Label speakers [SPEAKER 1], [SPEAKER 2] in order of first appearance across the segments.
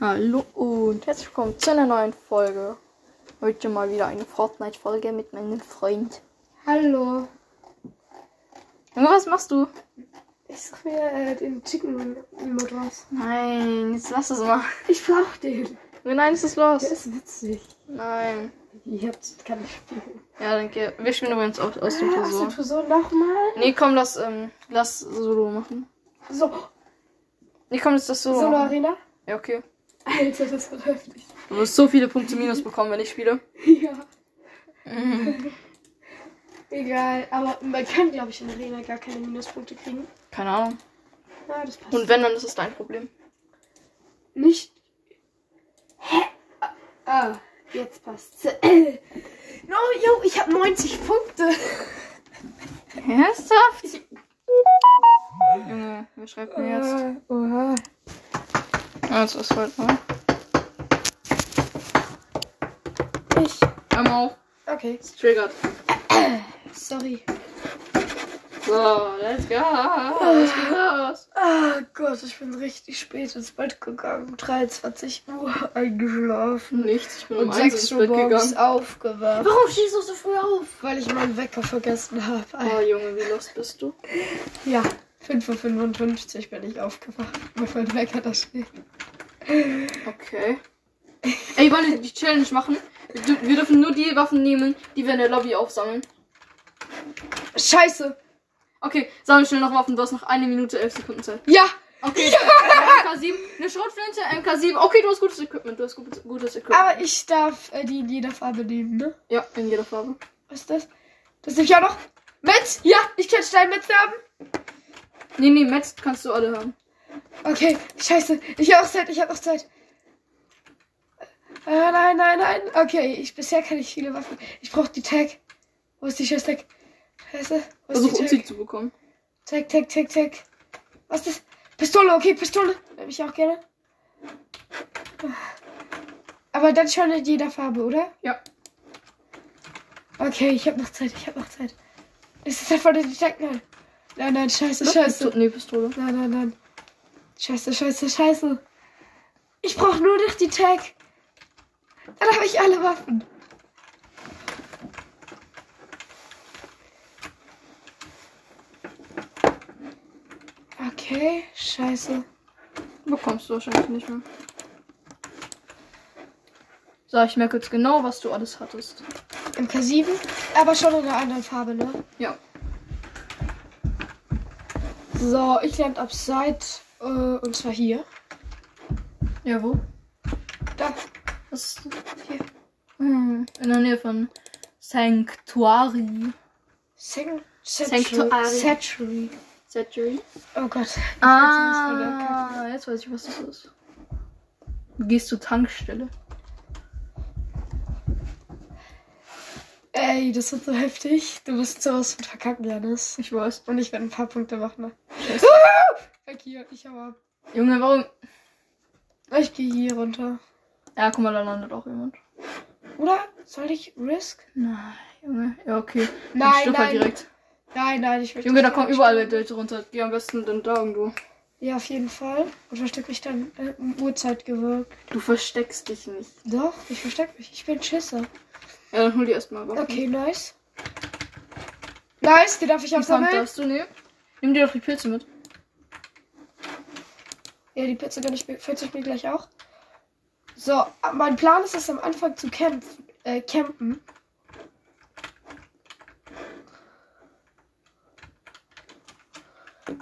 [SPEAKER 1] Hallo und herzlich willkommen zu einer neuen Folge. Heute mal wieder eine Fortnite-Folge mit meinem Freund.
[SPEAKER 2] Hallo.
[SPEAKER 1] Junge, was machst du?
[SPEAKER 2] Ich suche mir äh, den Chicken Emote raus.
[SPEAKER 1] Nein, jetzt lass es mal.
[SPEAKER 2] Ich brauch den.
[SPEAKER 1] Junge, Nein, es ist los.
[SPEAKER 2] Der ist witzig.
[SPEAKER 1] Nein.
[SPEAKER 2] Ich hab, kann nicht spielen.
[SPEAKER 1] Ja, danke. Wir spielen übrigens aus, aus dem
[SPEAKER 2] Ah, aus
[SPEAKER 1] Tresor.
[SPEAKER 2] der Person nochmal.
[SPEAKER 1] Nee, komm, lass, ähm, lass Solo machen.
[SPEAKER 2] So,
[SPEAKER 1] Nee, komm, lass das Solo
[SPEAKER 2] Solo
[SPEAKER 1] machen.
[SPEAKER 2] Arena.
[SPEAKER 1] Ja, okay.
[SPEAKER 2] Alter, das war heftig.
[SPEAKER 1] Du wirst so viele Punkte minus bekommen, wenn ich spiele.
[SPEAKER 2] Ja.
[SPEAKER 1] Mhm.
[SPEAKER 2] Egal, aber man kann, glaube ich, in Arena gar keine Minuspunkte kriegen.
[SPEAKER 1] Keine Ahnung.
[SPEAKER 2] Ja, das passt.
[SPEAKER 1] Und wenn, dann ist es dein Problem.
[SPEAKER 2] nicht. Hä? Ah, ah, jetzt passt's. Äh. No, yo, ich hab 90 Punkte.
[SPEAKER 1] Ernsthaft? Junge, wer schreibt mir jetzt?
[SPEAKER 2] Ah, Oha.
[SPEAKER 1] Also ist halt mal.
[SPEAKER 2] Ich.
[SPEAKER 1] Einmal auf.
[SPEAKER 2] Okay,
[SPEAKER 1] Es triggert.
[SPEAKER 2] sorry.
[SPEAKER 1] So, let's go. Was geht los?
[SPEAKER 2] Ah Gott, ich bin richtig spät ins Bett gegangen. Um 23 Uhr eingeschlafen.
[SPEAKER 1] Nichts, ich bin um
[SPEAKER 2] Und
[SPEAKER 1] eins
[SPEAKER 2] 6
[SPEAKER 1] ins
[SPEAKER 2] Uhr
[SPEAKER 1] Bett
[SPEAKER 2] morgens
[SPEAKER 1] gegangen.
[SPEAKER 2] aufgewacht.
[SPEAKER 1] Warum stehst du so früh auf?
[SPEAKER 2] Weil ich meinen Wecker vergessen habe.
[SPEAKER 1] Oh Junge, wie los bist du?
[SPEAKER 2] Ja, 5.55 Uhr bin ich aufgewacht, bevor der Wecker da steht.
[SPEAKER 1] Okay. Ey, wollen wir die Challenge machen? Wir dür- Wir dürfen nur die Waffen nehmen, die wir in der Lobby aufsammeln.
[SPEAKER 2] Scheiße!
[SPEAKER 1] Okay, sammel schnell noch Waffen. Du hast noch eine Minute, elf Sekunden Zeit.
[SPEAKER 2] Ja!
[SPEAKER 1] Okay. MK7, eine Schrotflinte, MK7. Okay, du hast gutes Equipment. Du hast gutes, gutes Equipment.
[SPEAKER 2] Aber ich darf äh, die in jeder Farbe nehmen, ne?
[SPEAKER 1] ja, in jeder Farbe.
[SPEAKER 2] Was ist das? Das nehme ich auch noch. Metz! Ja, ich kann Steinmetz haben.
[SPEAKER 1] Nee, nee, Metz kannst du alle haben.
[SPEAKER 2] Okay, scheiße. Ich habe auch Zeit, ich habe auch Zeit. Äh, nein, nein, nein. Okay, ich, bisher kann ich viele Waffen. Ich brauche die Tag. Wo ist die scheiß Tag? Scheiße. Wo ist
[SPEAKER 1] Versuch
[SPEAKER 2] die
[SPEAKER 1] Umzug
[SPEAKER 2] Tag?
[SPEAKER 1] zu bekommen.
[SPEAKER 2] Tag, Tag, Tag, Tag. Was ist das? Pistole, okay, Pistole. Nehme ich auch gerne. Aber dann schon in jeder Farbe, oder?
[SPEAKER 1] Ja.
[SPEAKER 2] Okay, ich habe noch Zeit, ich habe noch Zeit. Es ist halt voll die Tag. Nein, nein, nein scheiße, scheiße.
[SPEAKER 1] Nee, Pistole.
[SPEAKER 2] Nein, nein, nein. Scheiße, scheiße, scheiße. Ich brauche nur noch die Tag. Dann habe ich alle Waffen. Okay, scheiße.
[SPEAKER 1] Bekommst du wahrscheinlich nicht mehr. So, ich merke jetzt genau, was du alles hattest.
[SPEAKER 2] MK7, aber schon in einer anderen Farbe, ne?
[SPEAKER 1] Ja.
[SPEAKER 2] So, ich lande Upside. Äh, und zwar hier.
[SPEAKER 1] Ja, wo?
[SPEAKER 2] Da.
[SPEAKER 1] Was ist hier? Hm, in der Nähe von Sanctuary.
[SPEAKER 2] Sing.
[SPEAKER 1] Sanctuary.
[SPEAKER 2] Sanctuary.
[SPEAKER 1] Sanctuary?
[SPEAKER 2] Oh Gott.
[SPEAKER 1] Ah, jetzt weiß ich, was das ist. Du gehst zur Tankstelle.
[SPEAKER 2] Ey, das wird so heftig. Du bist sowas von verkacken, Janis.
[SPEAKER 1] Ich weiß.
[SPEAKER 2] Und ich werde ein paar Punkte machen. Weg hier, ich hau ab.
[SPEAKER 1] Junge, warum?
[SPEAKER 2] Ich gehe hier runter.
[SPEAKER 1] Ja, guck mal, da landet auch jemand.
[SPEAKER 2] Oder soll ich Risk?
[SPEAKER 1] Nein, Junge. Ja, okay. Dann
[SPEAKER 2] Nein,
[SPEAKER 1] stirb halt
[SPEAKER 2] nein.
[SPEAKER 1] direkt.
[SPEAKER 2] Nein, nein, ich will
[SPEAKER 1] Junge, da kommen überall Leute runter. Geh am besten dann da irgendwo.
[SPEAKER 2] Ja, auf jeden Fall. Und versteck mich dann äh, im Uhrzeitgewirk.
[SPEAKER 1] Du versteckst dich nicht.
[SPEAKER 2] Doch, ich versteck mich. Ich bin Schisser.
[SPEAKER 1] Ja, dann hol dir erstmal Waffen.
[SPEAKER 2] Okay, nice. Nice, die darf ich
[SPEAKER 1] Die Pump
[SPEAKER 2] absammeln.
[SPEAKER 1] darfst du nehmen. Nimm dir doch die Pilze mit.
[SPEAKER 2] Ja, die Pizza gönne ich mir, 40 mir gleich auch. So, mein Plan ist es am Anfang zu kämpfen, äh, campen.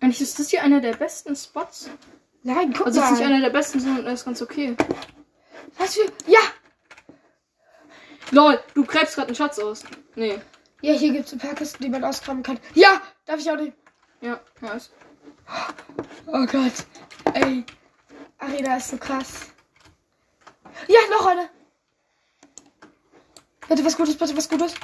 [SPEAKER 1] Eigentlich ist das hier einer der besten Spots.
[SPEAKER 2] Nein, guck
[SPEAKER 1] Also es ist nicht
[SPEAKER 2] mal.
[SPEAKER 1] einer der besten, sondern er ist ganz okay.
[SPEAKER 2] Was für. Ja!
[SPEAKER 1] Lol, du gräbst gerade einen Schatz aus. Nee.
[SPEAKER 2] Ja, hier gibt es ein paar Kisten, die man ausgraben kann. Ja! Darf ich auch nehmen?
[SPEAKER 1] Ja, nice.
[SPEAKER 2] Oh Gott. Ey. Arena ist so krass. Ja, noch eine. Bitte was Gutes, bitte was Gutes.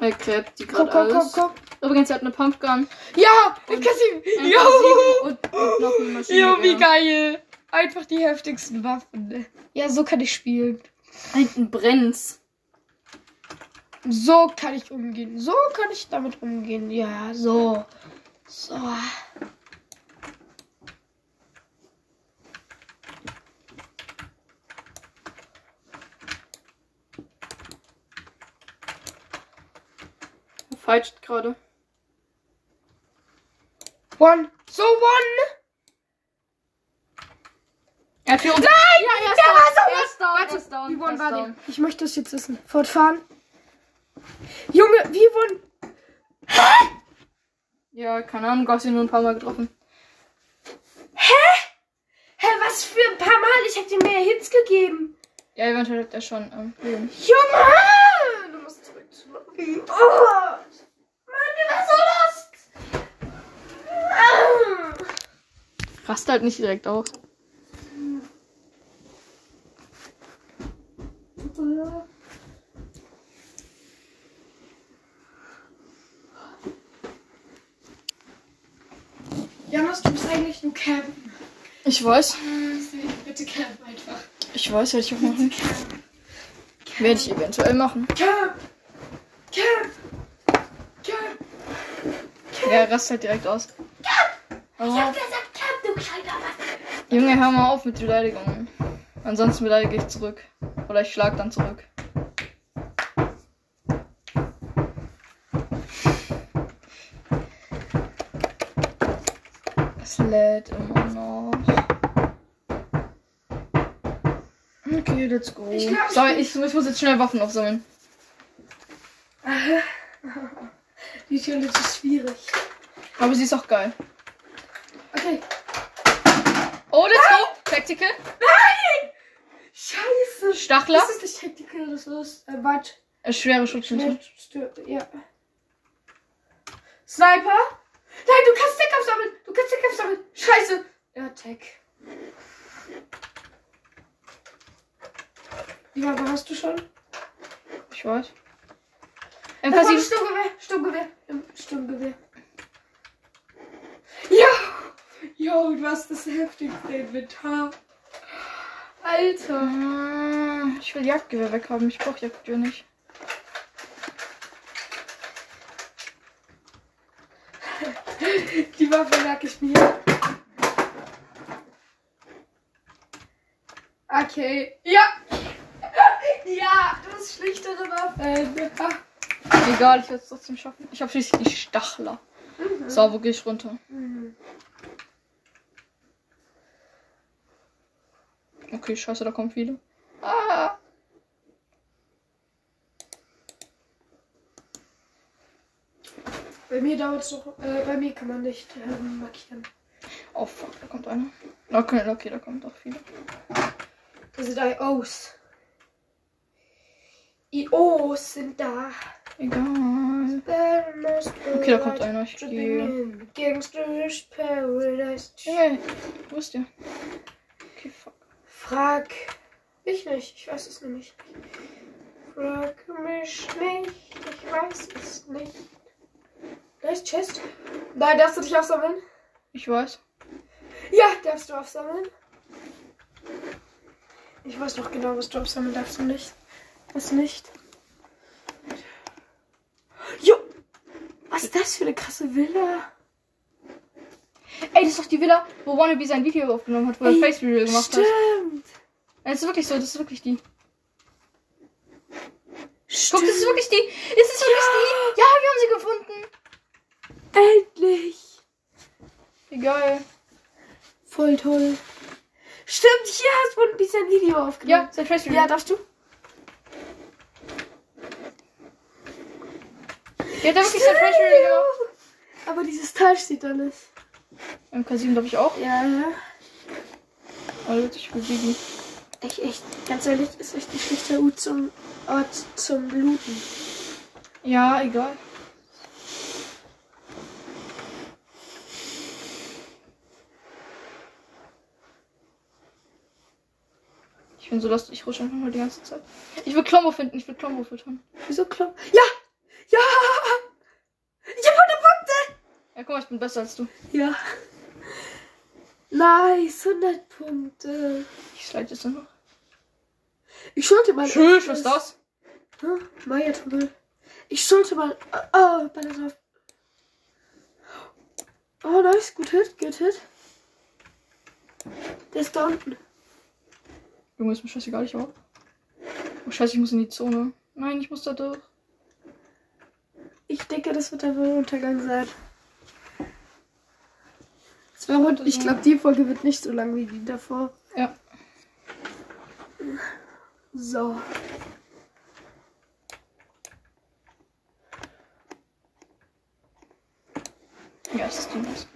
[SPEAKER 1] Er gräbt die
[SPEAKER 2] Komm,
[SPEAKER 1] gerade
[SPEAKER 2] komm, komm,
[SPEAKER 1] alles.
[SPEAKER 2] komm.
[SPEAKER 1] Übrigens, er hat eine Pumpgun.
[SPEAKER 2] Ja! Ich kann sie.
[SPEAKER 1] einen
[SPEAKER 2] Juhu!
[SPEAKER 1] K7 Und, und noch eine Maschine.
[SPEAKER 2] Jo, wie geil. Einfach die heftigsten Waffen. Ja, so kann ich spielen.
[SPEAKER 1] Alten Brenz.
[SPEAKER 2] So kann ich umgehen. So kann ich damit umgehen. Ja, so. So.
[SPEAKER 1] gefeitscht gerade.
[SPEAKER 2] One. So one.
[SPEAKER 1] Er hat 24. Nein! Ja, er ist
[SPEAKER 2] der
[SPEAKER 1] down.
[SPEAKER 2] war so
[SPEAKER 1] er ist down. Er ist down.
[SPEAKER 2] Wie
[SPEAKER 1] er
[SPEAKER 2] one
[SPEAKER 1] ist
[SPEAKER 2] war
[SPEAKER 1] down.
[SPEAKER 2] der? Ich möchte das jetzt wissen. Fortfahren. Junge, wie one?
[SPEAKER 1] Ja, keine Ahnung, Gott, ich nur ein paar Mal getroffen.
[SPEAKER 2] Hä, was für ein paar Mal? Ich hab dir mehr Hits gegeben.
[SPEAKER 1] Ja, eventuell hat er schon. Ähm, Leben.
[SPEAKER 2] Junge! Du musst zurück zu Lobby. Oh! Mann, was soll das? Ah!
[SPEAKER 1] Rast halt nicht direkt aus.
[SPEAKER 2] Janus, du bist eigentlich nur Campen.
[SPEAKER 1] Ich weiß.
[SPEAKER 2] Bitte camp einfach.
[SPEAKER 1] Ich weiß, werde ich auch machen.
[SPEAKER 2] Camp.
[SPEAKER 1] Werde ich eventuell machen.
[SPEAKER 2] Camp. Camp. Camp.
[SPEAKER 1] Ja, rast halt direkt aus.
[SPEAKER 2] Ich
[SPEAKER 1] Aber,
[SPEAKER 2] hab gesagt Camp, du kleiner Mann.
[SPEAKER 1] Junge, hör mal auf mit Beleidigungen. Ansonsten beleidige ich zurück. Oder ich schlag dann zurück. Es lädt immer noch. Okay, let's go.
[SPEAKER 2] Ich glaub, ich
[SPEAKER 1] Sorry, ich, ich muss jetzt schnell Waffen aufsammeln.
[SPEAKER 2] Die Challenge ist schwierig.
[SPEAKER 1] Aber sie ist auch geil.
[SPEAKER 2] Okay.
[SPEAKER 1] Oh, let's go! Tactical.
[SPEAKER 2] Scheiße.
[SPEAKER 1] Stachler.
[SPEAKER 2] Das ist nicht Tactical, das ist äh, Batsch.
[SPEAKER 1] Äh, schwere Schutzmittel.
[SPEAKER 2] Ja. Sniper? Nein, du kannst Deckkampf sammeln! Du kannst Deckkampf sammeln! Scheiße! Ja, Tech. Die Waffe hast du schon?
[SPEAKER 1] Ich weiß.
[SPEAKER 2] Da vorne
[SPEAKER 1] Impassiv.
[SPEAKER 2] Sturmgewehr, Sturmgewehr, Sturmgewehr. Ja! Jo, du hast das heftigste Inventar. Alter.
[SPEAKER 1] Ah, Ich will Jagdgewehr weghaben. Ich brauche Jagdgewehr nicht.
[SPEAKER 2] Die Waffe merke ich mir. Okay. Ja. Ja, du hast schlichtere Waffen. Ah.
[SPEAKER 1] Egal, ich werde es trotzdem schaffen. Ich habe schließlich die Stachler. So, wo gehe ich runter? Mhm. Okay, scheiße, da kommen viele.
[SPEAKER 2] Ah. Bei mir dauert es noch. Äh, bei mir kann man nicht ähm, markieren.
[SPEAKER 1] Oh fuck, da kommt einer. Okay, okay, da kommen doch viele.
[SPEAKER 2] Das sind IOs. IOs sind da.
[SPEAKER 1] Egal.
[SPEAKER 2] Okay,
[SPEAKER 1] Okay, da kommt einer. Ich gehe.
[SPEAKER 2] Gangsters Paradise.
[SPEAKER 1] Junge, wo ist der? Okay, fuck.
[SPEAKER 2] Frag mich nicht, ich weiß es nämlich nicht. Frag mich nicht, ich weiß es nicht. Nice Chest. Nein, darfst du dich aufsammeln?
[SPEAKER 1] Ich weiß.
[SPEAKER 2] Ja, darfst du aufsammeln. Ich weiß noch genau, was du aufsammeln darfst und nicht. Was nicht. Jo! Was ist das für eine krasse Villa?
[SPEAKER 1] Ey, das ist doch die Villa, wo Wannabe sein Video aufgenommen hat, wo er
[SPEAKER 2] Ey,
[SPEAKER 1] Face Reveal gemacht hat.
[SPEAKER 2] Stimmt!
[SPEAKER 1] Das ist wirklich so, das ist wirklich die. Guck,
[SPEAKER 2] Stimmt!
[SPEAKER 1] das ist wirklich die. Das ist wirklich die. Ja, wir haben sie gefunden.
[SPEAKER 2] Endlich!
[SPEAKER 1] Egal.
[SPEAKER 2] Voll toll. Stimmt, hier hast du ein bisschen Video aufgenommen.
[SPEAKER 1] Ja, sein Face
[SPEAKER 2] Ja,
[SPEAKER 1] Reveal.
[SPEAKER 2] darfst du?
[SPEAKER 1] Der hat da wirklich sein Face Reveal gemacht.
[SPEAKER 2] Aber dieses Teil steht alles.
[SPEAKER 1] MK7 glaube ich auch.
[SPEAKER 2] Ja, ja.
[SPEAKER 1] Also ich besiegen.
[SPEAKER 2] Echt, echt. Ganz ehrlich, ist echt ein schlechter U zum Ort zum Looten.
[SPEAKER 1] Ja, egal. Ich bin so lost, ich rutsche einfach nur die ganze Zeit. Ich will Klombo finden, ich will Klombo füttern.
[SPEAKER 2] Wieso klappt? Ja! Ja! Ich hab 100 Punkte!
[SPEAKER 1] Ja, guck mal, ich bin besser als du.
[SPEAKER 2] Ja. Nice, 100 Punkte.
[SPEAKER 1] Ich slide jetzt einfach.
[SPEAKER 2] Ich sollte mal.
[SPEAKER 1] Tschüss, was ist das?
[SPEAKER 2] Hm? Maya-Tunnel. Ich sollte mal. Oh, Bälle drauf. Oh, nice. Gut Hit, gut Hit. Der ist da unten.
[SPEAKER 1] Junge, ist mir scheißegal, ich auch. Oh, scheiße, ich muss in die Zone. Nein, ich muss da durch.
[SPEAKER 2] Ich denke, das wird der Untergang sein.
[SPEAKER 1] Das war heute.
[SPEAKER 2] Ich
[SPEAKER 1] so.
[SPEAKER 2] glaube, die Folge wird nicht so lang wie die davor.
[SPEAKER 1] Ja.
[SPEAKER 2] So.
[SPEAKER 1] Ja, es ist Dinos.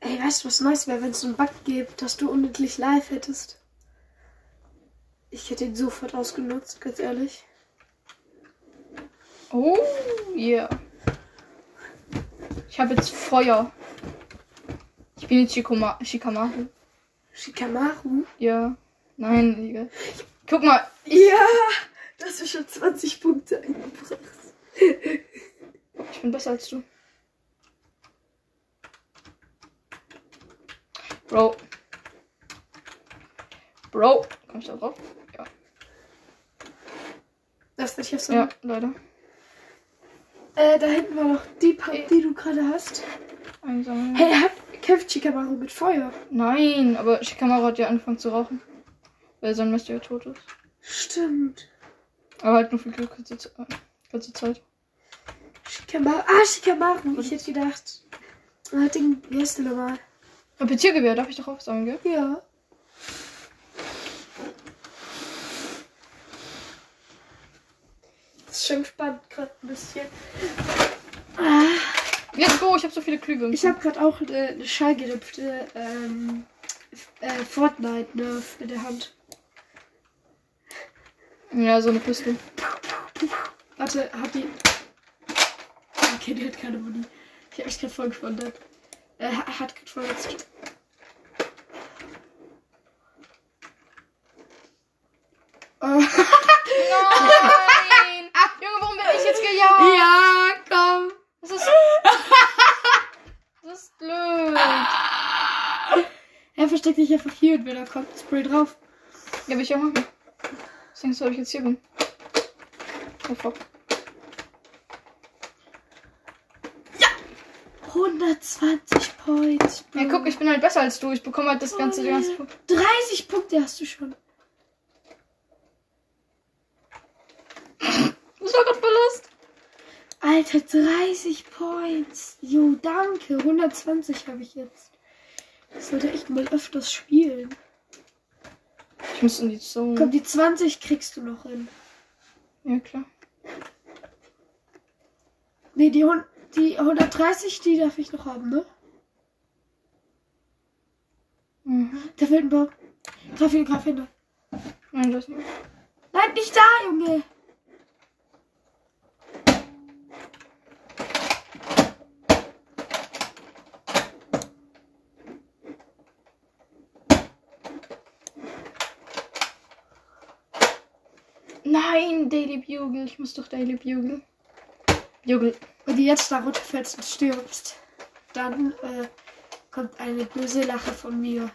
[SPEAKER 2] Ey, weißt du, was nice wäre, wenn es so einen Bug gibt, dass du unendlich live hättest? Ich hätte ihn sofort ausgenutzt, ganz ehrlich.
[SPEAKER 1] Oh, yeah. Ich habe jetzt Feuer. Ich bin jetzt Shikoma Shikamaru.
[SPEAKER 2] Shikamaru?
[SPEAKER 1] Ja. Nein, Digga. Guck mal.
[SPEAKER 2] Ja! Das ist schon 20 Punkte eingebracht.
[SPEAKER 1] Ich bin besser als du. Bro. Bro. Komm ich da drauf?
[SPEAKER 2] Das nicht so.
[SPEAKER 1] Ja, leider.
[SPEAKER 2] Äh, da hinten war noch die Pump, die du gerade hast.
[SPEAKER 1] Einsammeln.
[SPEAKER 2] Hey, hab, kämpft Shikamaru mit Feuer?
[SPEAKER 1] Nein, aber Shikamaru hat ja angefangen zu rauchen. Weil sein Meister ja tot ist.
[SPEAKER 2] Stimmt.
[SPEAKER 1] Aber halt nur für kurze, Ze- äh, kurze Zeit.
[SPEAKER 2] Shikamaru. Ah, Shikamaru. Ich hätte gedacht. Er hat den. Wie heißt der nochmal?
[SPEAKER 1] Repetiergewehr darf ich doch aufsammeln, gell?
[SPEAKER 2] Ja. Das ist schon spannend gerade ein bisschen.
[SPEAKER 1] Let's go, ich habe so viele Klüge.
[SPEAKER 2] Ich habe gerade auch eine, eine schallgedämpfte ähm, F- äh, Fortnite-Nerf in der Hand.
[SPEAKER 1] Ja, so eine Pistole.
[SPEAKER 2] Warte, hab die. Okay, die hat keine Muni. Ich hab mich gerade voll gespannt. Äh, ha- hat gerade verletzt. Oh.
[SPEAKER 1] Nein! Ah, Junge, warum bin ich jetzt gejagt?
[SPEAKER 2] Ja, komm.
[SPEAKER 1] Das ist. Das ist blöd.
[SPEAKER 2] Er versteckt dich einfach hier und wenn er kommt, spray drauf.
[SPEAKER 1] Ja, will ich ja machen. Was denkst du, ob ich jetzt hier bin? Oh fuck.
[SPEAKER 2] 120 Points. Bro.
[SPEAKER 1] Ja, guck, ich bin halt besser als du. Ich bekomme halt das
[SPEAKER 2] Oh,
[SPEAKER 1] ganze, die ganze.
[SPEAKER 2] 30 Punkte hast du schon.
[SPEAKER 1] Das war gerade Verlust.
[SPEAKER 2] Alter, 30 Points. Jo, danke. 120 habe ich jetzt. Das sollte ich mal öfters spielen.
[SPEAKER 1] Ich muss in die Zone.
[SPEAKER 2] Komm, die 20 kriegst du noch hin.
[SPEAKER 1] Ja, klar.
[SPEAKER 2] Nee, die, hun- die 130, die darf ich noch haben, ne?
[SPEAKER 1] Mhm.
[SPEAKER 2] Da fehlt ein Bock. Greif ihn, greif ihn.
[SPEAKER 1] Nein, das nicht.
[SPEAKER 2] Nein, nicht da, Junge.
[SPEAKER 1] Nein, Daily Bugle. Ich muss doch Daily Bugle. Bugle.
[SPEAKER 2] Wenn du jetzt da runterfällst und stirbst, dann äh, kommt eine böse Lache von mir.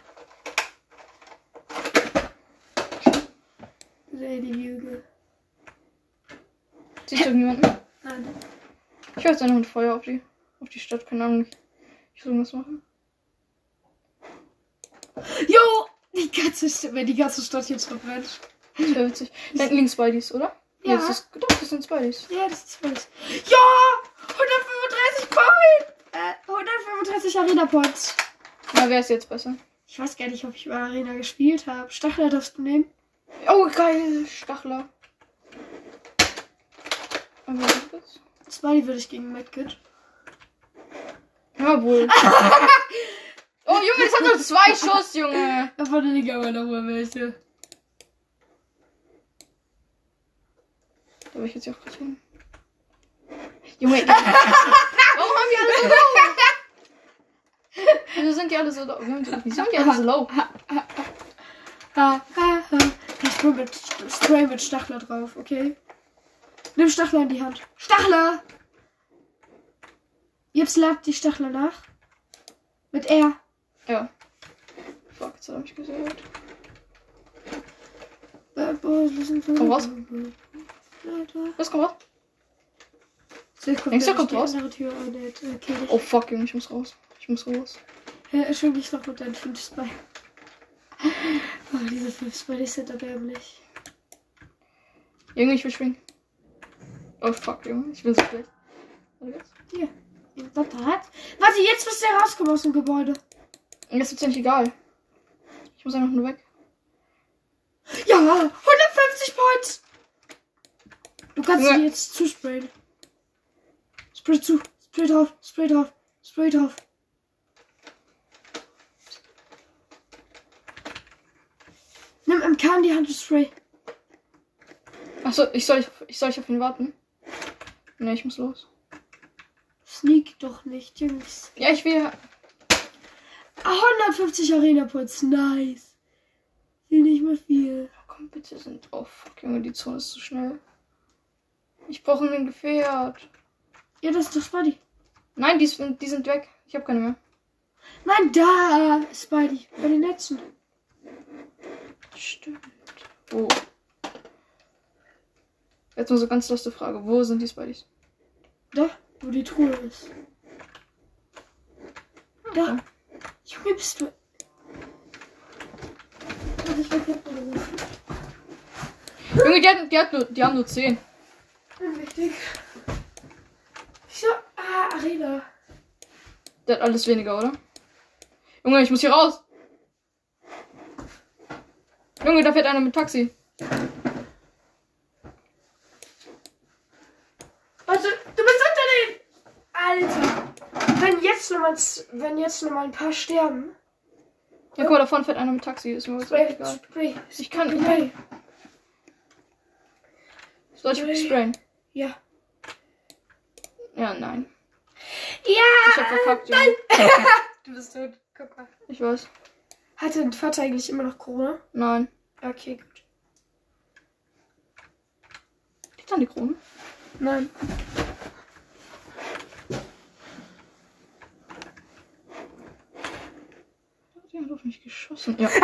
[SPEAKER 2] Lady Bugle.
[SPEAKER 1] Siehst du irgendjemanden?
[SPEAKER 2] Nein.
[SPEAKER 1] Ich weiß noch mit Feuer auf die, auf die Stadt, keine Ahnung. Ich soll irgendwas machen.
[SPEAKER 2] Jo! Die ganze, St- wenn die ganze Stadt jetzt verbrennt.
[SPEAKER 1] Das wäre witzig. Da hinten links Spideys, oder?
[SPEAKER 2] Ja.
[SPEAKER 1] das ist, doch, das sind Spideys.
[SPEAKER 2] Ja, das ist was. Ja! 135 Points! Äh, 135 Arena Points.
[SPEAKER 1] Na, wer ist jetzt besser?
[SPEAKER 2] Ich weiß gar nicht, ob ich über Arena gespielt habe. Stachler darfst du nehmen.
[SPEAKER 1] Oh, geil, Stachler. Aber was ist das?
[SPEAKER 2] Zwei würde ich gegen Madkit.
[SPEAKER 1] Ja, wohl. oh, Junge, das hat nur zwei Schuss, Junge.
[SPEAKER 2] Da wurde die Gamma nochmal welche.
[SPEAKER 1] Da will ich jetzt ja auch gerade hin. Junge. Warum haben die alle so low? Wieso sind die alle so low? Wieso haben die alle so low?
[SPEAKER 2] Ha, ha, ha. Ich spray mit, spray mit Stachler drauf, okay? Nimm Stachler in die Hand. Stachler! Jetzt labt die Stachler nach. Mit R.
[SPEAKER 1] Ja. Fuck, jetzt hab ich gesagt.
[SPEAKER 2] Komm
[SPEAKER 1] raus. Was kommt raus?
[SPEAKER 2] So, kommt
[SPEAKER 1] Denkst du,
[SPEAKER 2] der
[SPEAKER 1] kommt
[SPEAKER 2] durch die
[SPEAKER 1] raus?
[SPEAKER 2] andere Tür und jetzt, äh, kill dich.
[SPEAKER 1] Oh fuck, Junge, ich muss raus. Ich muss raus.
[SPEAKER 2] Äh, Entschuldige ich noch mit deinem fünftes Bein. Oh, diese fünf Smileys sind erbärmlich.
[SPEAKER 1] Junge, ich will schwingen. Oh fuck, Junge, ich bin so schlecht. Warte kurz.
[SPEAKER 2] Warte, hat. Warte, jetzt bist du ja rausgekommen aus dem Gebäude.
[SPEAKER 1] Und Jetzt wird's ja nicht egal. Ich muss einfach nur weg.
[SPEAKER 2] Ja, 150 Points. Du kannst
[SPEAKER 1] Ja.
[SPEAKER 2] sie jetzt zusprayen. Spray zu. Spray drauf. Spray drauf. Spray drauf. Nimm MK in die Hand und spray.
[SPEAKER 1] Achso, ich soll, ich soll ich auf ihn warten? Ne, ich muss los.
[SPEAKER 2] Sneak doch nicht, Jungs.
[SPEAKER 1] Ja, ich will ja.
[SPEAKER 2] Ah, 150 Arena Points. Nice. Will nicht mehr viel.
[SPEAKER 1] Komm bitte sind drauf. Fuck, Junge, die Zone ist zu schnell. Ich brauche ein Gefährt.
[SPEAKER 2] Ja, das ist doch Spidey.
[SPEAKER 1] Nein, die sind, die sind weg. Ich habe keine mehr.
[SPEAKER 2] Nein, da ist Spidey. Bei den letzten.
[SPEAKER 1] Stimmt. Wo? Jetzt mal so ganz letzte Frage. Wo sind die Spideys?
[SPEAKER 2] Da, wo die Truhe ist. Da. Junge, bist du. Warte, ich werd hinten gerufen.
[SPEAKER 1] Junge, die, hat, die, hat nur, die haben nur 10.
[SPEAKER 2] Unwichtig. Wieso? Ah, Arena.
[SPEAKER 1] Der hat alles weniger, oder? Junge, ich muss hier raus. Junge, da fährt einer mit Taxi.
[SPEAKER 2] Warte, Also, du bist unter den. Alter. Wenn jetzt nochmal, wenn jetzt nochmal ein paar sterben.
[SPEAKER 1] Ja, guck mal, da vorne fährt einer mit Taxi. Ist mir jetzt
[SPEAKER 2] Spray,
[SPEAKER 1] egal.
[SPEAKER 2] Spray.
[SPEAKER 1] Ich kann, ich kann.
[SPEAKER 2] Spray.
[SPEAKER 1] Soll ich sprayen?
[SPEAKER 2] Ja.
[SPEAKER 1] Ja, nein. Ich hab
[SPEAKER 2] Ja!
[SPEAKER 1] verkackt, Junge.
[SPEAKER 2] Du bist tot. Guck mal.
[SPEAKER 1] Ich weiß.
[SPEAKER 2] Hatte dein Vater eigentlich immer noch Corona?
[SPEAKER 1] Nein.
[SPEAKER 2] Okay, gut.
[SPEAKER 1] Liegt an die Krone.
[SPEAKER 2] Nein.
[SPEAKER 1] Die hat auf mich geschossen.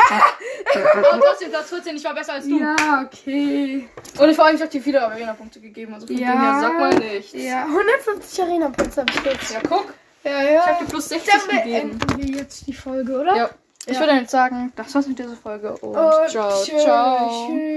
[SPEAKER 1] Ja. Aber trotzdem, Platz 14, ich war besser als du.
[SPEAKER 2] Ja, okay.
[SPEAKER 1] Und ich vor allem, ich hab dir viele Arena-Punkte gegeben. Also von
[SPEAKER 2] Ja.
[SPEAKER 1] dem her, sag mal nichts.
[SPEAKER 2] Ja, 150 Arena Points habe ich jetzt.
[SPEAKER 1] Ja, guck.
[SPEAKER 2] ja.
[SPEAKER 1] Ich hab dir plus 60
[SPEAKER 2] Dann
[SPEAKER 1] gegeben.
[SPEAKER 2] beenden wir jetzt die Folge, oder?
[SPEAKER 1] Ja. Ich
[SPEAKER 2] Ja.
[SPEAKER 1] würde jetzt sagen, das war's mit dieser Folge. Und,
[SPEAKER 2] Und
[SPEAKER 1] ciao,
[SPEAKER 2] tschö,
[SPEAKER 1] ciao.
[SPEAKER 2] Tschüss.